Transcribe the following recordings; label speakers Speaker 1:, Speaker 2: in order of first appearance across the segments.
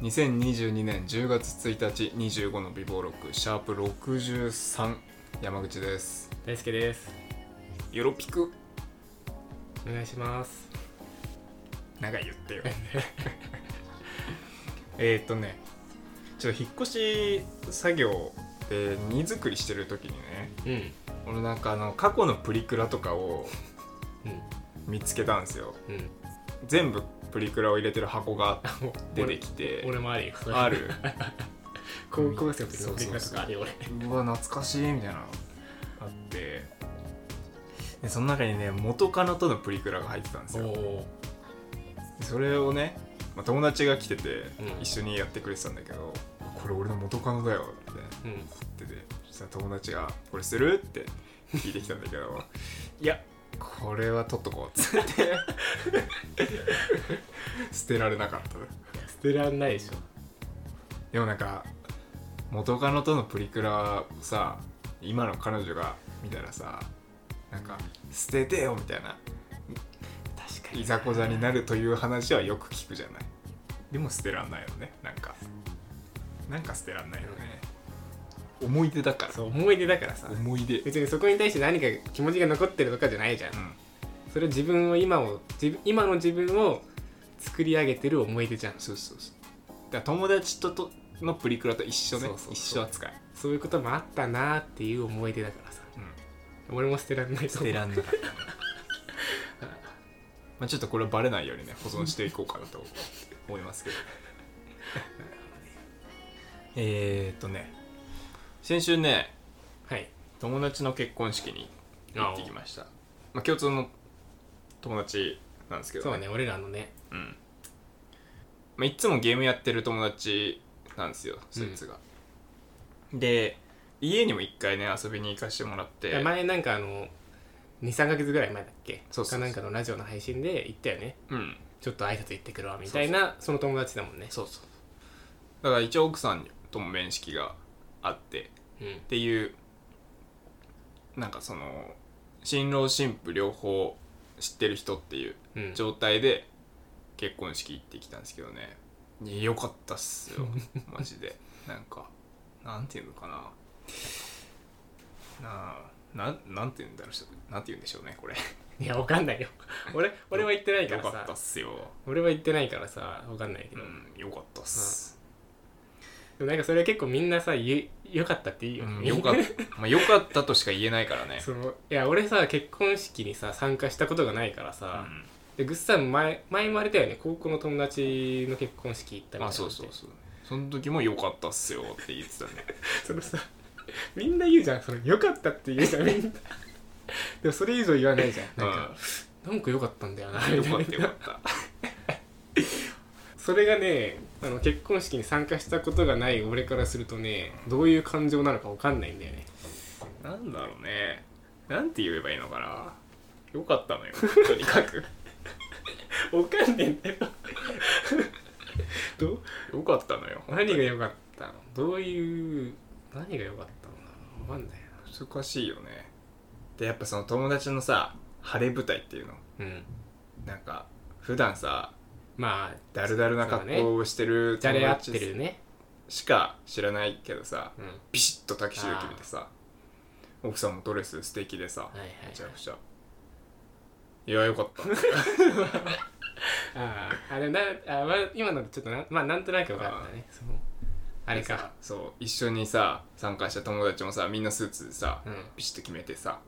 Speaker 1: 2022年10月1日25の美貌録シャープ63山口です
Speaker 2: 大輔です
Speaker 1: よろぴく
Speaker 2: お願いします
Speaker 1: なんか言ってよ えっとねちょっと引っ越し作業で荷造りしてる時にね
Speaker 2: うん
Speaker 1: 俺なんかあの過去のプリクラとかを
Speaker 2: うん
Speaker 1: 見つけたんですよ
Speaker 2: うん
Speaker 1: 全部プリクラを入れてる箱が出てきて
Speaker 2: 俺もあるよ
Speaker 1: ある
Speaker 2: 高校生の時の勉強とかあるよ俺
Speaker 1: うわ懐かしいみたいなのあってでその中にね元カノとのプリクラが入ってたんです
Speaker 2: お
Speaker 1: よ
Speaker 2: お
Speaker 1: それをね、まあ友達が来てて、
Speaker 2: うん
Speaker 1: 一緒にやってくれてたんだけど「これ俺の元カノだよ」って
Speaker 2: うん
Speaker 1: 言っててそしたら友達が「これする?」って聞いてきたんだけ ど「いやこれは取っとこう」っつって捨てられなかった
Speaker 2: 捨てらんないでしょ
Speaker 1: でもなんか元カノとのプリクラをさ今の彼女が見たらさなんか捨ててよみたいな
Speaker 2: 確か
Speaker 1: いざこざになるという話はよく聞くじゃないでも捨てらんないよねなんかなんか捨てらんないよね思い出だから
Speaker 2: そう思い出だからさ
Speaker 1: 思い出うん
Speaker 2: 別にそこに対して何か気持ちが残ってるとかじゃないじゃんそれは自分を今を自分今の自分を作り上げてる思い出じゃん
Speaker 1: そうそうそうだから友達ととのプリクラと一緒ね
Speaker 2: そうそうそう
Speaker 1: 一緒扱い、
Speaker 2: そういうこともあったなーっていう思い出だからさ
Speaker 1: うん、
Speaker 2: 俺も捨てらんないと思う
Speaker 1: らんなかったねまあちょっとこれはバレないようにね保存していこうかなと思いますけど えーっとね先週ね
Speaker 2: はい
Speaker 1: 友達の結婚式に行ってきましたまあ、共通の友達なんですけど
Speaker 2: そうね俺らのね
Speaker 1: うんまあ、いつもゲームやってる友達なんですよそいつが、で家にも一回ね遊びに行かしてもらって
Speaker 2: 前なんかあの23ヶ月ぐらい前だっけ
Speaker 1: そうそうそう
Speaker 2: かなんかのラジオの配信で行ったよね
Speaker 1: うん
Speaker 2: ちょっと挨拶行ってくるわみたいなその友達だもんね
Speaker 1: そうそうだから一応奥さんとも面識があって
Speaker 2: うん
Speaker 1: っていうなんかその新郎新婦両方知ってる人っていう
Speaker 2: うん
Speaker 1: 状態で結婚式行ってきたんですけどねいや良かったっす よマジでなんかなんていうのかななあなんなんていうんだろうなんて言うんでしょうねこれ
Speaker 2: いやわかんないよ 俺俺は行ってないか
Speaker 1: 良
Speaker 2: ら
Speaker 1: かったっ
Speaker 2: さ
Speaker 1: すよ
Speaker 2: 俺は行ってないからさわかんないけ
Speaker 1: う
Speaker 2: ど、
Speaker 1: ん良かったっす
Speaker 2: でもなんかそれは結構みんなさゆよかったっていいよ、
Speaker 1: うん
Speaker 2: ね
Speaker 1: 良かっまあ良かったとしか言えないからね
Speaker 2: そのいや俺さ結婚式にさ参加したことがないから
Speaker 1: う
Speaker 2: さ、
Speaker 1: ん
Speaker 2: でぐっさん前前もあれだよね高校の友達の結婚式行ったみたい
Speaker 1: あ
Speaker 2: な
Speaker 1: そうそうそうその時も良かったっすよって言ってたね
Speaker 2: そのさみんな言うじゃんその良かったって言うじゃんみんなでもそれ以上言わないじゃん
Speaker 1: うん
Speaker 2: なんか、なん か良かったんだよな
Speaker 1: 良
Speaker 2: みた
Speaker 1: かっ
Speaker 2: い
Speaker 1: た良
Speaker 2: な
Speaker 1: かった
Speaker 2: それがねあの結婚式に参加したことがない俺からするとねどういう感情なのか分かんないんだよね
Speaker 1: なんだろうね。なんて言えばいいのかな。よかったのよ、とにかく。
Speaker 2: 分かんねえんだよど
Speaker 1: よかったのよ。
Speaker 2: 何が良かったのどういう何が良かったのかな分かんない
Speaker 1: 難しいよね。で、やっぱその友達のさ、晴れ舞台っていうの。
Speaker 2: なうん
Speaker 1: なんか、普段さ、
Speaker 2: まあ
Speaker 1: だるだるな格好をしてる
Speaker 2: じゃ
Speaker 1: 友
Speaker 2: れ合って
Speaker 1: 達
Speaker 2: るね
Speaker 1: しか知らないけどさ、
Speaker 2: うんはい
Speaker 1: ビシッとタキシード決めてさ、奥さんもドレス素敵でさ、
Speaker 2: はい
Speaker 1: めちゃくちゃ。いや、よかった。
Speaker 2: あああれなあ、まあ、今のでちょっとなまあなんとなく分かったねそのあれ
Speaker 1: で
Speaker 2: か
Speaker 1: さそう、一緒にさ、参加した友達もさ、みんなスーツでさ、
Speaker 2: うん
Speaker 1: ピシッと決めてさ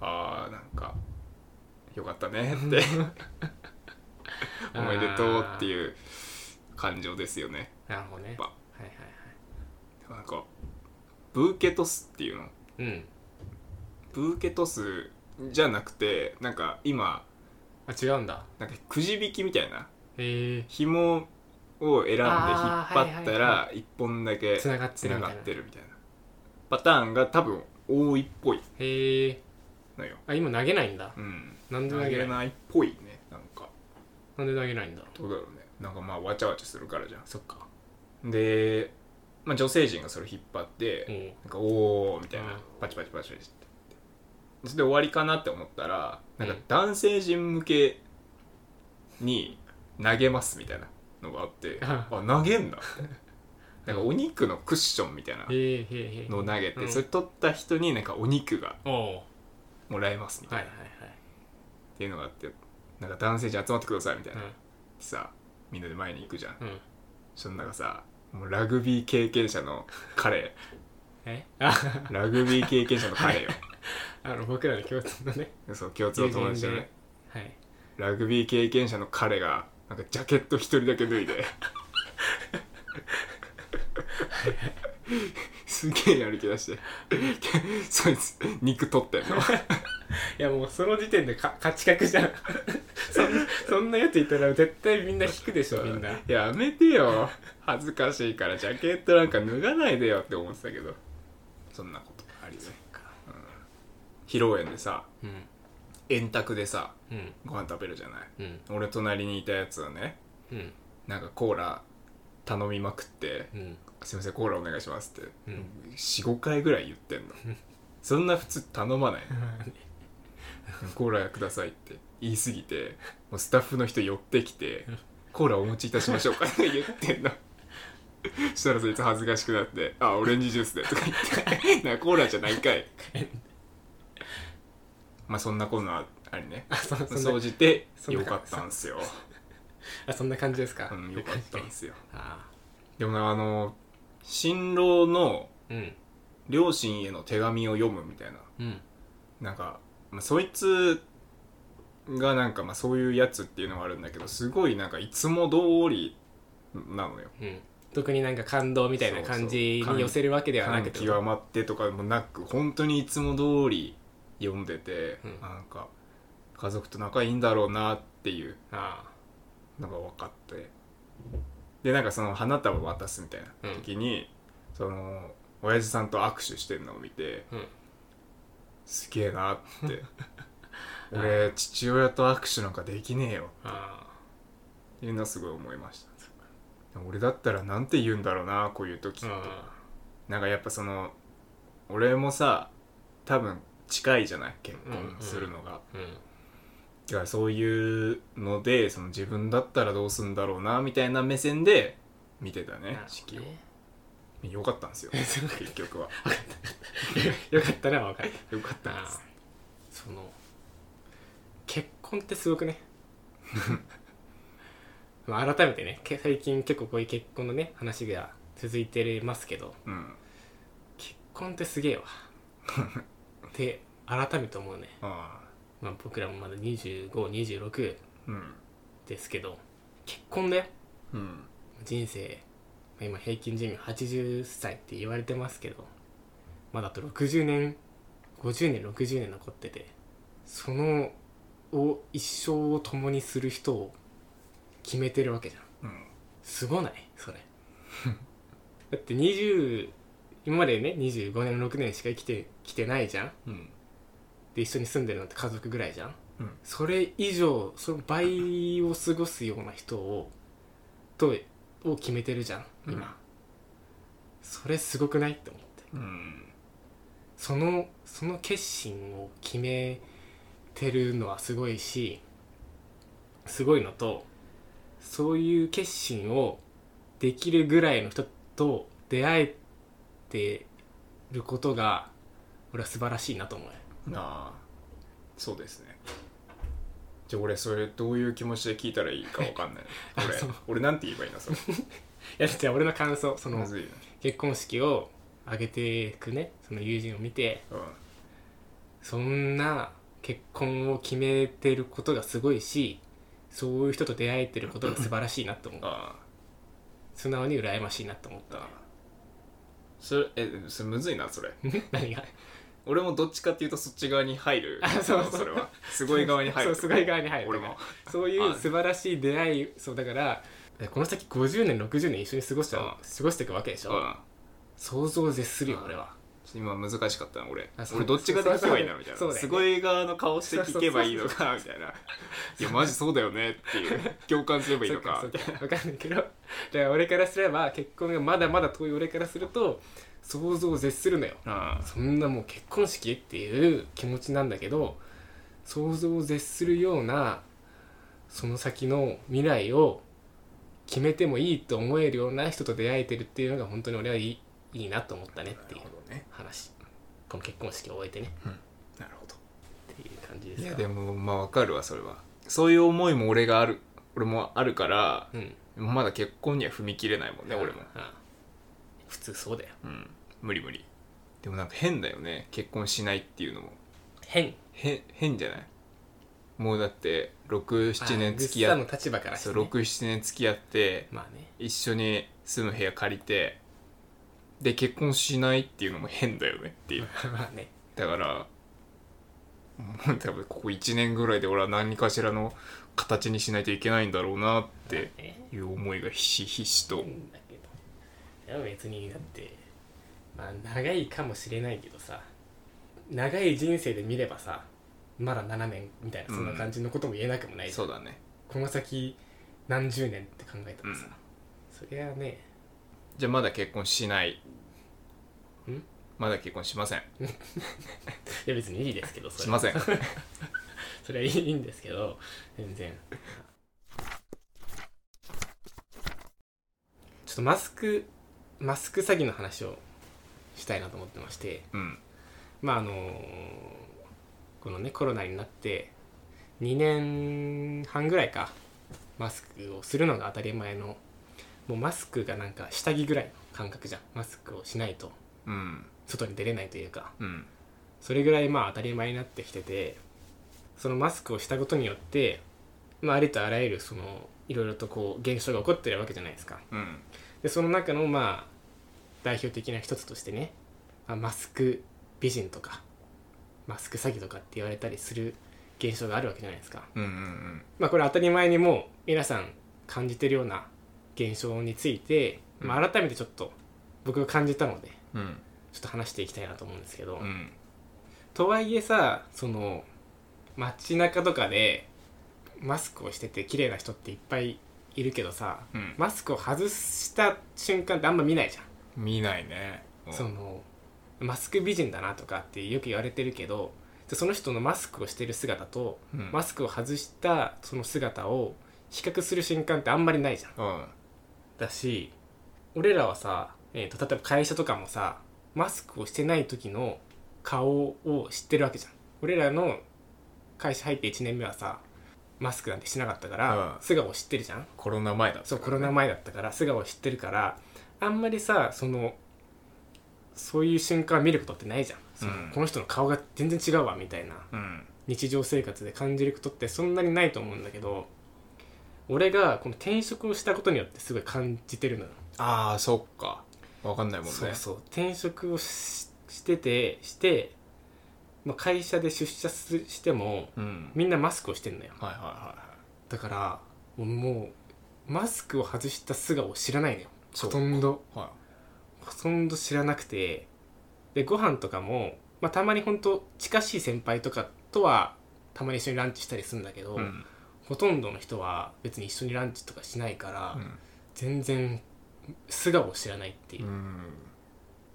Speaker 1: あーなんかよかった ねっておめでとうって
Speaker 2: う
Speaker 1: いう感情ですよね
Speaker 2: なるほどね
Speaker 1: まあ
Speaker 2: はいは
Speaker 1: なんかブーケトスっていうの
Speaker 2: いはいうん
Speaker 1: ブーケトスじゃなくてなんか今
Speaker 2: あ違うんだ
Speaker 1: なんかくじ引きみたいな
Speaker 2: へえ
Speaker 1: 紐を選んで引っ張
Speaker 2: あーは
Speaker 1: っ
Speaker 2: い
Speaker 1: た
Speaker 2: はいは
Speaker 1: ら1本だけ
Speaker 2: つながってる
Speaker 1: 繋
Speaker 2: みた
Speaker 1: が
Speaker 2: いな
Speaker 1: ってるみたいなパターンが多分多いっぽい
Speaker 2: へえ
Speaker 1: のよ
Speaker 2: あ今投げないんだ
Speaker 1: うん
Speaker 2: なんで
Speaker 1: 投
Speaker 2: 投げな
Speaker 1: げ
Speaker 2: い
Speaker 1: ないっぽいねなんか
Speaker 2: なんで投げないんだ
Speaker 1: どうだろうねなんかまあわちゃわちゃするからじゃん
Speaker 2: そっか
Speaker 1: で、まあ、女性陣がそれ引っ張って、
Speaker 2: うん
Speaker 1: なんかおーみたい
Speaker 2: うん
Speaker 1: なパチパチパチパチってそれで終わりかなって思ったらなんか
Speaker 2: うん
Speaker 1: 男性陣向けに投げますみたいなのがあって
Speaker 2: うん
Speaker 1: あ投げんだってなんかお肉のクッションみたいな
Speaker 2: へえへえへえ
Speaker 1: のを投げて、
Speaker 2: うん
Speaker 1: それ取った人になんかお肉が
Speaker 2: おお
Speaker 1: もらえますみたい
Speaker 2: はいはい
Speaker 1: な、っていうのがあってなんか男性陣集まってくださいみたいな、
Speaker 2: は
Speaker 1: さみんなで前に行くじゃん
Speaker 2: いうんうん
Speaker 1: その中さもうラグビー経験者の 彼
Speaker 2: えあ
Speaker 1: ラグビー経験者の彼よ
Speaker 2: あの僕らの共通のね
Speaker 1: そう共通の友達で
Speaker 2: 友人
Speaker 1: ね
Speaker 2: ではい
Speaker 1: ラグビー経験者の彼がなんかジャケット一人だけ脱いですげえやる気出してそいつ肉取ってんの
Speaker 2: いやもうその時点でか価値格じゃん そんそんなやついたら絶対みんな引くでしょみんな
Speaker 1: やめてよ恥ずかしいからジャケットなんか脱がないでよって思ってたけどそんなことありね披露宴でさ
Speaker 2: うん
Speaker 1: 円卓でさ
Speaker 2: うん
Speaker 1: ご飯食べるじゃない
Speaker 2: うん
Speaker 1: 俺隣にいたやつはね
Speaker 2: うん
Speaker 1: なんかコーラ頼みまくって
Speaker 2: うん
Speaker 1: 「すいませんコーラお願いします」って、
Speaker 2: うん
Speaker 1: 45回ぐらい言ってん のそんな普通頼まない「コーラください」って言い過ぎてもうスタッフの人寄ってきて「コーラお持ちいたしましょうか」 って言ってんのそしたらそいつ恥ずかしくなって「あオレンジジュースで」とか言って「なコーラじゃないんか い」まあそんなこんなありね
Speaker 2: あ そんなそん
Speaker 1: 総
Speaker 2: な
Speaker 1: じて
Speaker 2: そんな
Speaker 1: よかったんすよ、
Speaker 2: あそんな感じですか、
Speaker 1: うん、よか ったんすよ
Speaker 2: あ
Speaker 1: でもなあの新郎の
Speaker 2: ーうん
Speaker 1: 両親への手紙を読むみたいな
Speaker 2: うん
Speaker 1: なんか、まあ、そいつがなんか、まあ、そういうやつっていうのはあるんだけどすごいなんかいつも通りなのよ
Speaker 2: うん特になんか感動みたいな感じに寄せるわけではなく
Speaker 1: 感
Speaker 2: て
Speaker 1: 極まってとかもなく本当にいつも通り読んでて、
Speaker 2: うん
Speaker 1: なんか家族と仲いいんだろうなっていう
Speaker 2: あ
Speaker 1: のが分かってでなんかその花束渡すみたいな時に、その親父さんと握手してるのを見て
Speaker 2: あうん
Speaker 1: すげえなって俺父親と握手なんかできねえよ
Speaker 2: あ
Speaker 1: っていうのはすごい思いました俺だったらなんて言うんだろうなこういう時っ
Speaker 2: ー
Speaker 1: て、
Speaker 2: あ
Speaker 1: なんかやっぱその俺もさ多分近いじゃない結
Speaker 2: うん
Speaker 1: 婚
Speaker 2: うん
Speaker 1: するのが、
Speaker 2: ーうん
Speaker 1: だからそういうのでその自分だったらどうすんだろうなみたいな目線で見てたね
Speaker 2: なるほ
Speaker 1: 式
Speaker 2: ど
Speaker 1: を
Speaker 2: ね
Speaker 1: よかったんですよ結局は
Speaker 2: よかったな分かる
Speaker 1: よかったんで
Speaker 2: あ
Speaker 1: す
Speaker 2: その結婚ってすごくねまあ改めてねけ最近結構こういう結婚のね話が続いてますけど
Speaker 1: うん
Speaker 2: 結婚ってすげえわって改めて思うね、
Speaker 1: ああ
Speaker 2: まあ、僕らもまだ2526
Speaker 1: うん
Speaker 2: ですけど結婚だよ
Speaker 1: うん
Speaker 2: 人生まあ今平均寿命80歳って言われてますけどまだあと60年50年60年残っててそのを一生を共にする人を決めてるわけじゃん
Speaker 1: うん
Speaker 2: すごないそれだって20今までね25年6年しか生きてきてないじゃん
Speaker 1: うん
Speaker 2: で一緒に住んでるのって家族ぐらいじゃん、
Speaker 1: うん
Speaker 2: それ以上その倍を過ごすような人をとを決めてるじゃん今、
Speaker 1: うん
Speaker 2: それすごくないって思って
Speaker 1: うん
Speaker 2: そのその決心を決めてるのはすごいしすごいのとそういう決心をできるぐらいの人と出会えてることが俺は素晴らしいなと思うよ
Speaker 1: なあそうですねじゃあ俺それどういう気持ちで聞いたらいいかわかんない
Speaker 2: あそう
Speaker 1: 俺俺なんて言えばいいのそれ
Speaker 2: いやじゃあ俺の感想その
Speaker 1: まずいね
Speaker 2: 結婚式を挙げていくねその友人を見て
Speaker 1: うん
Speaker 2: そんな結婚を決めてることがすごいしそういう人と出会えてることが素晴らしいなと思う
Speaker 1: あ
Speaker 2: 素直に羨ましいなと思っ
Speaker 1: あ
Speaker 2: たね
Speaker 1: それえそれむずいなそれ
Speaker 2: 何が
Speaker 1: 俺もどっちかっていうとそっち側に入る
Speaker 2: あそうそう
Speaker 1: それはすごい側に入る
Speaker 2: そうすごい側に入る
Speaker 1: 俺も
Speaker 2: そういう
Speaker 1: あ
Speaker 2: 素晴らしい出会いそうだからこの先50年60年一緒に過ごしちゃう
Speaker 1: うん
Speaker 2: 過ごしていくわけでし
Speaker 1: う
Speaker 2: ょ
Speaker 1: ん
Speaker 2: 想像を絶するよ俺は
Speaker 1: 今難しかったな俺
Speaker 2: あそう
Speaker 1: 俺どっちがで聞けばいいのみたいな、
Speaker 2: そうだよね
Speaker 1: すごい側の顔して聞けばいいのかみたいないやマジそうだよねっていう共感すればいいのか
Speaker 2: そうかそうか分かんないけどじゃあ俺からすれば結婚がまだまだ遠い俺からすると想像を絶するのよ
Speaker 1: うん
Speaker 2: そんなもう結婚式っていう気持ちなんだけど想像を絶するようなその先の未来を決めてもいいと思えるような人と出会えてるっていうのが本当に俺はいいいいなと思ったねっていう
Speaker 1: どね
Speaker 2: 話この結婚式を終えてね
Speaker 1: なるほど
Speaker 2: っていう感じです
Speaker 1: い
Speaker 2: か
Speaker 1: やでもまあわかるわそれはそういう思いも俺がある俺もあるから
Speaker 2: うん
Speaker 1: まだ結婚には踏み切れないもんね俺も
Speaker 2: ああ普通そうだよ
Speaker 1: うん無理無理でもなんか変だよね結婚しないっていうのも
Speaker 2: 変
Speaker 1: へ変じゃないもうだって67年付き
Speaker 2: ああ
Speaker 1: 合
Speaker 2: グ
Speaker 1: っ
Speaker 2: ッサの立場からして
Speaker 1: そう
Speaker 2: ね
Speaker 1: 67年付き合って
Speaker 2: まあね
Speaker 1: 一緒に住む部屋借りてで結婚しないっていうのも変だよねっていう
Speaker 2: まあね
Speaker 1: だからもう多分ここ1年ぐらいで俺は何かしらの形にしないといけないんだろうなって
Speaker 2: まあね
Speaker 1: いう思いがひしひしと
Speaker 2: うんだけどいや別にだってまあ長いかもしれないけどさ長い人生で見ればさまだ7年みたいなそんな感じのことも言えなくもないじゃん
Speaker 1: そうだね
Speaker 2: この先何十年って考えたらさ、
Speaker 1: うん
Speaker 2: そりゃね
Speaker 1: じゃあまだ結婚しない
Speaker 2: ん
Speaker 1: まだ結婚しません
Speaker 2: いや別にいいですけどそれ
Speaker 1: しません
Speaker 2: それはいいんですけど全然ちょっとマスクマスク詐欺の話をしたいなと思ってまして
Speaker 1: うん
Speaker 2: まああのこのねコロナになって2年半ぐらいかマスクをするのが当たり前のもうマスクがなんか下着ぐらいの感覚じゃんマスクをしないと
Speaker 1: うん
Speaker 2: 外に出れないというか
Speaker 1: うん
Speaker 2: それぐらいまあ当たり前になってきててそのマスクをしたことによって、まあ、ありとあらゆるそのいろいろとこう現象が起こってるわけじゃないですか
Speaker 1: うん
Speaker 2: でその中のまあ代表的な一つとしてね、まあ、マスク美人とかマスク詐欺とかって言われたりする現象があるわけじゃないですか
Speaker 1: うんうん
Speaker 2: まあこれ当たり前にもう皆さん感じてるような現象について、まあ、改めてちょっと僕が感じたので
Speaker 1: うんうん
Speaker 2: ちょっと話していきたいなと思うんですけど、
Speaker 1: うん
Speaker 2: とはいえさその街中とかでマスクをしてて綺麗な人っていっぱいいるけどさ
Speaker 1: うん
Speaker 2: マスクを外した瞬間ってあんま見ないじゃ
Speaker 1: 見ないね
Speaker 2: ん、そのマスク美人だなとかってよく言われてるけどでその人のマスクをしてる姿と、
Speaker 1: うん
Speaker 2: マスクを外したその姿を比較する瞬間ってあんまりないじゃん
Speaker 1: うん
Speaker 2: だし俺らはさ、えーと例えば会社とかもさマスクをしてない時の顔を知ってるわけじゃん俺らの会社入って1年目はさマスクなんてしてなかったから、
Speaker 1: うん
Speaker 2: 素顔を知ってるじゃん
Speaker 1: コロナ前だった
Speaker 2: そうコロナ前だったから素顔を知ってるからあんまりさそのそういう瞬間見ることってないじゃんその、
Speaker 1: うん
Speaker 2: この人の顔が全然違うわみたいな
Speaker 1: うん
Speaker 2: 日常生活で感じることってそんなにないと思うんだけど俺がこの転職をしたことによってすごい感じてるのよ
Speaker 1: ああそっかわかんないもんね
Speaker 2: そうそう転職をししててして、まあ、会社で出社すしても
Speaker 1: うん
Speaker 2: みんなマスクをしてんのよ
Speaker 1: はいはいはいはい
Speaker 2: だからもうもうマスクを外した素顔を知らないのよ
Speaker 1: そ
Speaker 2: ほ
Speaker 1: う
Speaker 2: とんど
Speaker 1: は
Speaker 2: ほとんど知らなくてでご飯とかも、まあ、たまにほんと近しい先輩とかとはたまに一緒にランチしたりするんだけど、
Speaker 1: いうん
Speaker 2: ほとんどの人は別に一緒にランチとかしないから、
Speaker 1: うん
Speaker 2: 全然素顔を知らないっていうう、
Speaker 1: ん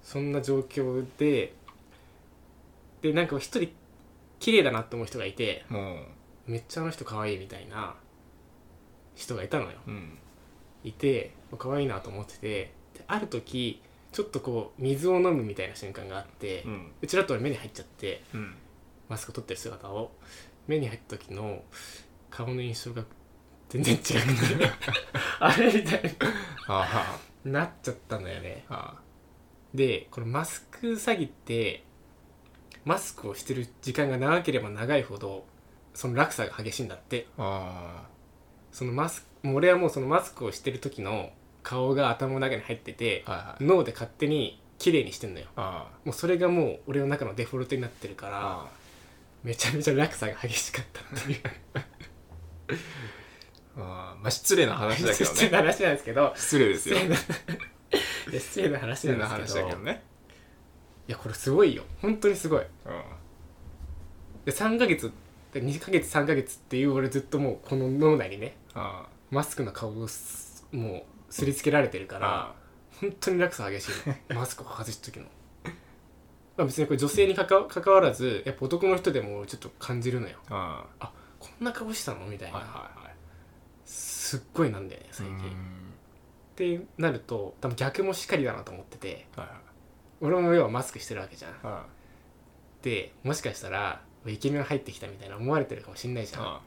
Speaker 2: そんな状況ででなんか一人綺麗だなと思う人がいて
Speaker 1: もう
Speaker 2: めっちゃあの人可愛いみたいな人がいたのよ
Speaker 1: うん
Speaker 2: いて可愛いなと思っててである時ちょっとこう水を飲むみたいな瞬間があって、う
Speaker 1: うん
Speaker 2: ちらと俺目に入っちゃって
Speaker 1: うん
Speaker 2: マスク取ってる姿を目に入った時の顔の印象が全然違くて あれみたい
Speaker 1: あ
Speaker 2: になっちゃったんだよね
Speaker 1: ああ
Speaker 2: でこのマスク詐欺ってマスクをしてる時間が長ければ長いほどその落差が激しいんだって
Speaker 1: ああ
Speaker 2: そのマスクもう俺はもうそのマスクをしてる時の顔が頭の中に入ってて
Speaker 1: あはいはい
Speaker 2: 脳で勝手に綺麗にしてんのよ
Speaker 1: あ
Speaker 2: もうそれがもう俺の中のデフォルトになってるから
Speaker 1: あ
Speaker 2: めちゃめちゃ落差が激しかったっていう
Speaker 1: ああまあ失礼な話だけど
Speaker 2: 失礼
Speaker 1: ね
Speaker 2: な話なんですけど
Speaker 1: 失礼 ですよ
Speaker 2: いや失礼な話
Speaker 1: 失
Speaker 2: な
Speaker 1: 礼なん
Speaker 2: で
Speaker 1: 話
Speaker 2: すけ
Speaker 1: だ
Speaker 2: ど
Speaker 1: けどね
Speaker 2: いやこれすごいよ本当にすごい
Speaker 1: うん
Speaker 2: で3ヶ月で2ヶ月3ヶ月っていう俺ずっともうこの脳内にね
Speaker 1: あ
Speaker 2: マスクの顔をすもうすりつけられてるか
Speaker 1: あ
Speaker 2: ら
Speaker 1: あ
Speaker 2: 本当に落差激しいのマスクを外した時のまあ別にこれ女性にかか関わらずやっぱ男の人でもちょっと感じるのよ
Speaker 1: ああ
Speaker 2: こんな顔したのみたい
Speaker 1: はい
Speaker 2: な、
Speaker 1: はいはい
Speaker 2: すすっごいなんだよね最近、
Speaker 1: う
Speaker 2: っ
Speaker 1: ん
Speaker 2: てなると多分逆もしっかりだなと思ってて
Speaker 1: はいはい
Speaker 2: 俺も要はマスクしてるわけじゃん
Speaker 1: あ
Speaker 2: でもしかしたらイケメン入ってきたみたいな思われてるかもしんないじゃん
Speaker 1: あ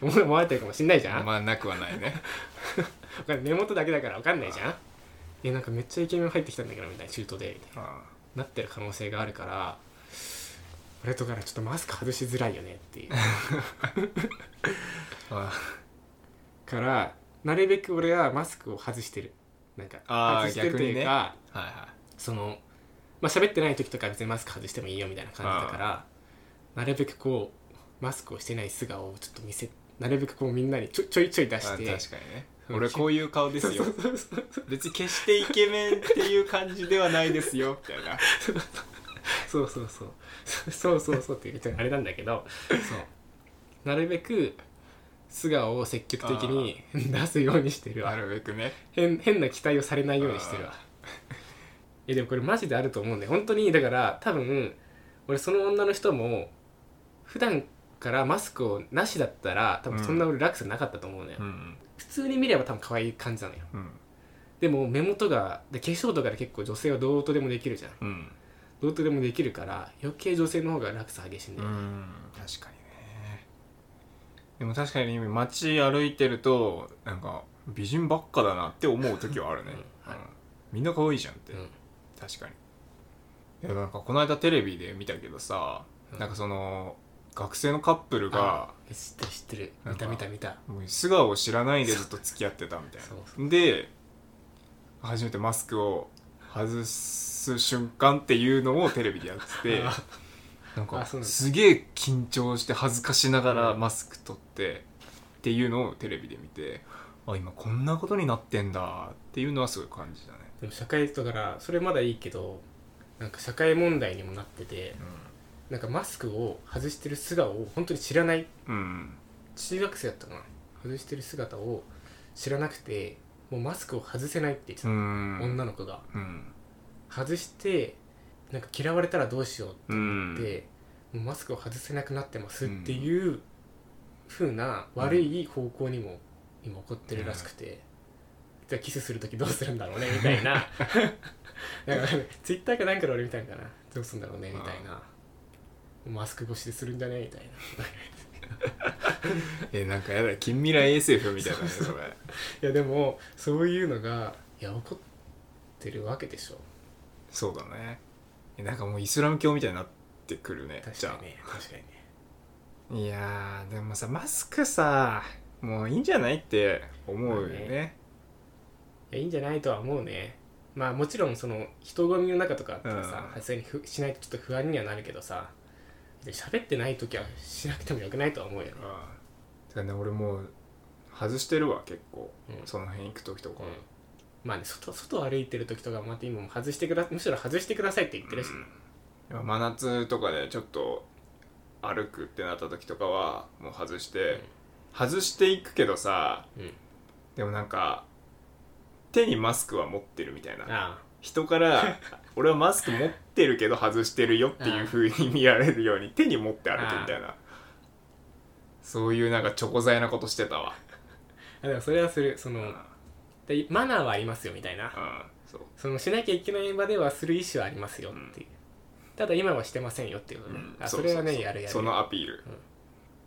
Speaker 2: 思われてるかもしんないじゃん、
Speaker 1: まあなくはないね
Speaker 2: わかんない根元だけだから分かんないじゃんえなんかめっちゃイケメン入ってきたんだけどみたいな中途でみたいな
Speaker 1: あ
Speaker 2: なってる可能性があるから俺とからちょっとマスク外しづらいよねっていう
Speaker 1: あ
Speaker 2: からなるべく俺はマスクを外してるなんか
Speaker 1: あー
Speaker 2: 外してるというか、
Speaker 1: はいは
Speaker 2: そのまあ喋ってない時とか別にマスク外してもいいよみたいな感じだからなるべくこうマスクをしてない素顔をちょっと見せなるべくこうみんなにちょちょいちょい出
Speaker 1: いあ
Speaker 2: して
Speaker 1: 確かにね俺こういう顔ですよ
Speaker 2: そうそうそうそう
Speaker 1: 別に決してイケメンっていう感じではないですよみたいな
Speaker 2: そうそうそうそう そうそうそうっていうちょっとあれなんだ けどそうなるべく素顔を積極的に 出すようにしてる
Speaker 1: な
Speaker 2: わ
Speaker 1: るべくね
Speaker 2: 変変な期待をされないようにしてるわ
Speaker 1: あ
Speaker 2: えでもこれマジであると思うんで本当にだから多分俺その女の人も普段からマスクをなしだったら多分そんな俺落差なかったと思うのよ、
Speaker 1: うん
Speaker 2: 普通に見れば多分可愛い感じなのよ
Speaker 1: うん
Speaker 2: でも目元がで化粧とかで結構女性はどうとでもできるじゃん
Speaker 1: うん
Speaker 2: どうとでもできるから余計女性の方が落差激しいんだよ、
Speaker 1: うん確かにねでも確かに街歩いてるとなんか美人ばっかだなって思う時はあるね、
Speaker 2: うんはい
Speaker 1: うんみんな可愛いじゃんって、
Speaker 2: うん
Speaker 1: 確かにいやなんかこの間テレビで見たけどさ、
Speaker 2: うん
Speaker 1: なんかその学生のカップルが
Speaker 2: あ知ってる知ってる
Speaker 1: な
Speaker 2: 見
Speaker 1: んか
Speaker 2: た見た見た
Speaker 1: もう素顔を知らないでずっと付き合ってたみたい
Speaker 2: そうそ
Speaker 1: なで初めてマスクを外す瞬間っていうのをテレビでやってて
Speaker 2: あ
Speaker 1: なんか
Speaker 2: あそうなんだ
Speaker 1: すげえ緊張して恥ずかしながら
Speaker 2: うん
Speaker 1: マスク取ってっていうのをテレビで見てあ今こんなことになってんだっていうのはすごい感じだね、
Speaker 2: でも社会だからそれまだいいけどなんか社会問題にもなっててなんかマスクを外してる素顔を本当に知らない
Speaker 1: うん、うん、
Speaker 2: 中学生だったかな外してる姿を知らなくてもうマスクを外せないって言って
Speaker 1: う
Speaker 2: た、
Speaker 1: ん
Speaker 2: 女の子が
Speaker 1: うん
Speaker 2: 外してなんか嫌われたらどうしよう
Speaker 1: う
Speaker 2: っ
Speaker 1: ん
Speaker 2: て、もうマスクを外せなくなってますっていう風な悪い方向にも今起こってるらしくて、じゃあキスする時どうするんだろうねみたいななんかツイッターかなんかで俺みたいなどうするんだろうねみたいなマスク越しでするんじゃねみたいない
Speaker 1: えなんかやだ近未来 SF みたいなねそれ
Speaker 2: やでもそういうのがいや起こってるわけでしょ
Speaker 1: そうだねえなんかもうイスラム教みたいになってくるね
Speaker 2: 確
Speaker 1: じゃ
Speaker 2: か
Speaker 1: あ
Speaker 2: にね確かに
Speaker 1: い
Speaker 2: ね
Speaker 1: やーでもさマスクさもういいんじゃないって思うよね,、
Speaker 2: まあいやいいんじゃないとは思うねまあもちろんその人混みの中とかあったらさ
Speaker 1: うん
Speaker 2: さすがにふしないとちょっと不安にはなるけどさで喋ってない時はしなくてもよくないとは思うよね
Speaker 1: うん、てかね俺もう外してるわ結構、
Speaker 2: うん
Speaker 1: その辺行く時とか
Speaker 2: うん、まあね外外歩いてる時とかまた今も外してくだむしろ外してくださいって言ってるし、
Speaker 1: 今真夏とかでちょっと歩くってなった時とかはもう外して、外していくけどさ
Speaker 2: うん
Speaker 1: でもなんか手にマスクは持ってるみたいな
Speaker 2: あ
Speaker 1: 人から「俺はマスク持ってるけど外してるよ」っていう風に見られるように手に持って歩くみたいなそういうなんかチョコ材なことしてたわ
Speaker 2: あでもそれはするそ
Speaker 1: うんう
Speaker 2: の
Speaker 1: ん
Speaker 2: でマナーはありますよみたいな
Speaker 1: そう
Speaker 2: そのしなきゃいけない場ではする意思はありますよっていう、ただ今はしてませんよっていうことね、
Speaker 1: うん
Speaker 2: あ
Speaker 1: う
Speaker 2: それはね
Speaker 1: うう
Speaker 2: やるやる
Speaker 1: そのアピール
Speaker 2: ん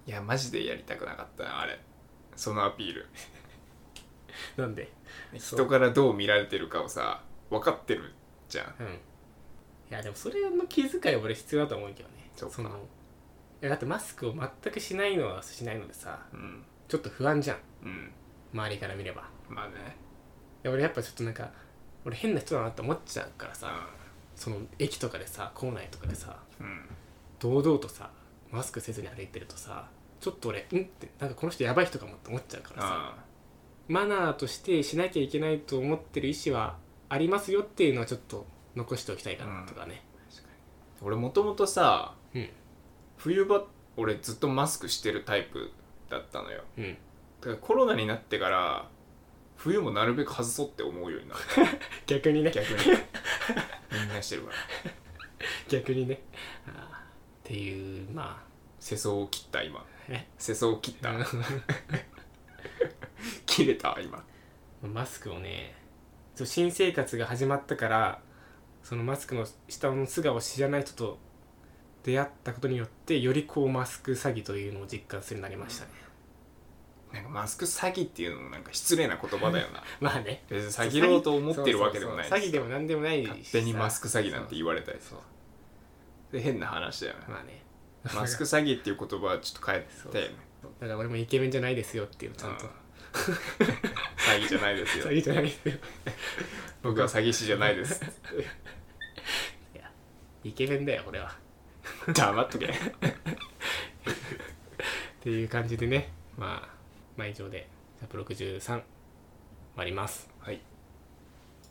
Speaker 1: いやマジでやりたくなかったなあれそのアピール
Speaker 2: なんでそう
Speaker 1: 人からどう見られてるかをさ分かってるじゃん
Speaker 2: うんいやでもそれの気遣いは俺必要だと思うけどね
Speaker 1: そうか
Speaker 2: のいやだってマスクを全くしないのはしないのでさ
Speaker 1: うん
Speaker 2: ちょっと不安じゃん
Speaker 1: うん
Speaker 2: 周りから見ればい
Speaker 1: まあね
Speaker 2: や俺やっぱちょっとなんか俺変な人だなって思っちゃうからさ、
Speaker 1: う
Speaker 2: その駅とかでさ構内とかでさ
Speaker 1: んうん
Speaker 2: 堂々とさマスクせずに歩いてるとさちょっと俺うんってなんかこの人やばい人かもって思っちゃうからさ
Speaker 1: あ
Speaker 2: マナーとしてしなきゃいけないと思ってる意思はありますよっていうのはちょっと残しておきたいかなとかね
Speaker 1: 俺もともとさ
Speaker 2: うん
Speaker 1: 冬場俺ずっとマスクしてるタイプだったのよ
Speaker 2: うん
Speaker 1: だからコロナになってから冬もなるべく外そうって思うようにな った
Speaker 2: 逆にね
Speaker 1: 逆にみんなしてるから
Speaker 2: 逆にねあーっていうま
Speaker 1: 世相を切った今
Speaker 2: え
Speaker 1: 世相を切っ
Speaker 2: あ
Speaker 1: た
Speaker 2: あ
Speaker 1: 切れた今
Speaker 2: マスクをねそう新生活が始まったからそのマスクの下の素顔を知らない人と出会ったことによってよりこうマスク詐欺というのを実感するようになりましたね
Speaker 1: なんかマスク詐欺っていうのもなんか失礼な言葉だよ な
Speaker 2: まあね
Speaker 1: 別に詐欺ろうと思ってるわけでもない
Speaker 2: そうそうそう詐欺でも何でもないしさ
Speaker 1: 勝手にマスク詐欺なんて言われたりさ
Speaker 2: そう
Speaker 1: で変な話だよね
Speaker 2: まあね
Speaker 1: マスク詐欺っていう言葉はちょっと変え
Speaker 2: そう
Speaker 1: たよね
Speaker 2: だから俺もイケメンじゃないですよっていうのちゃんと
Speaker 1: 詐欺じゃないです
Speaker 2: 詐
Speaker 1: よ
Speaker 2: 欺じゃないですよ
Speaker 1: 僕は詐欺師じゃないです
Speaker 2: イケメンだよ俺は
Speaker 1: 黙っとけ
Speaker 2: っていう感じでねまあまあ以上で163終わります
Speaker 1: はい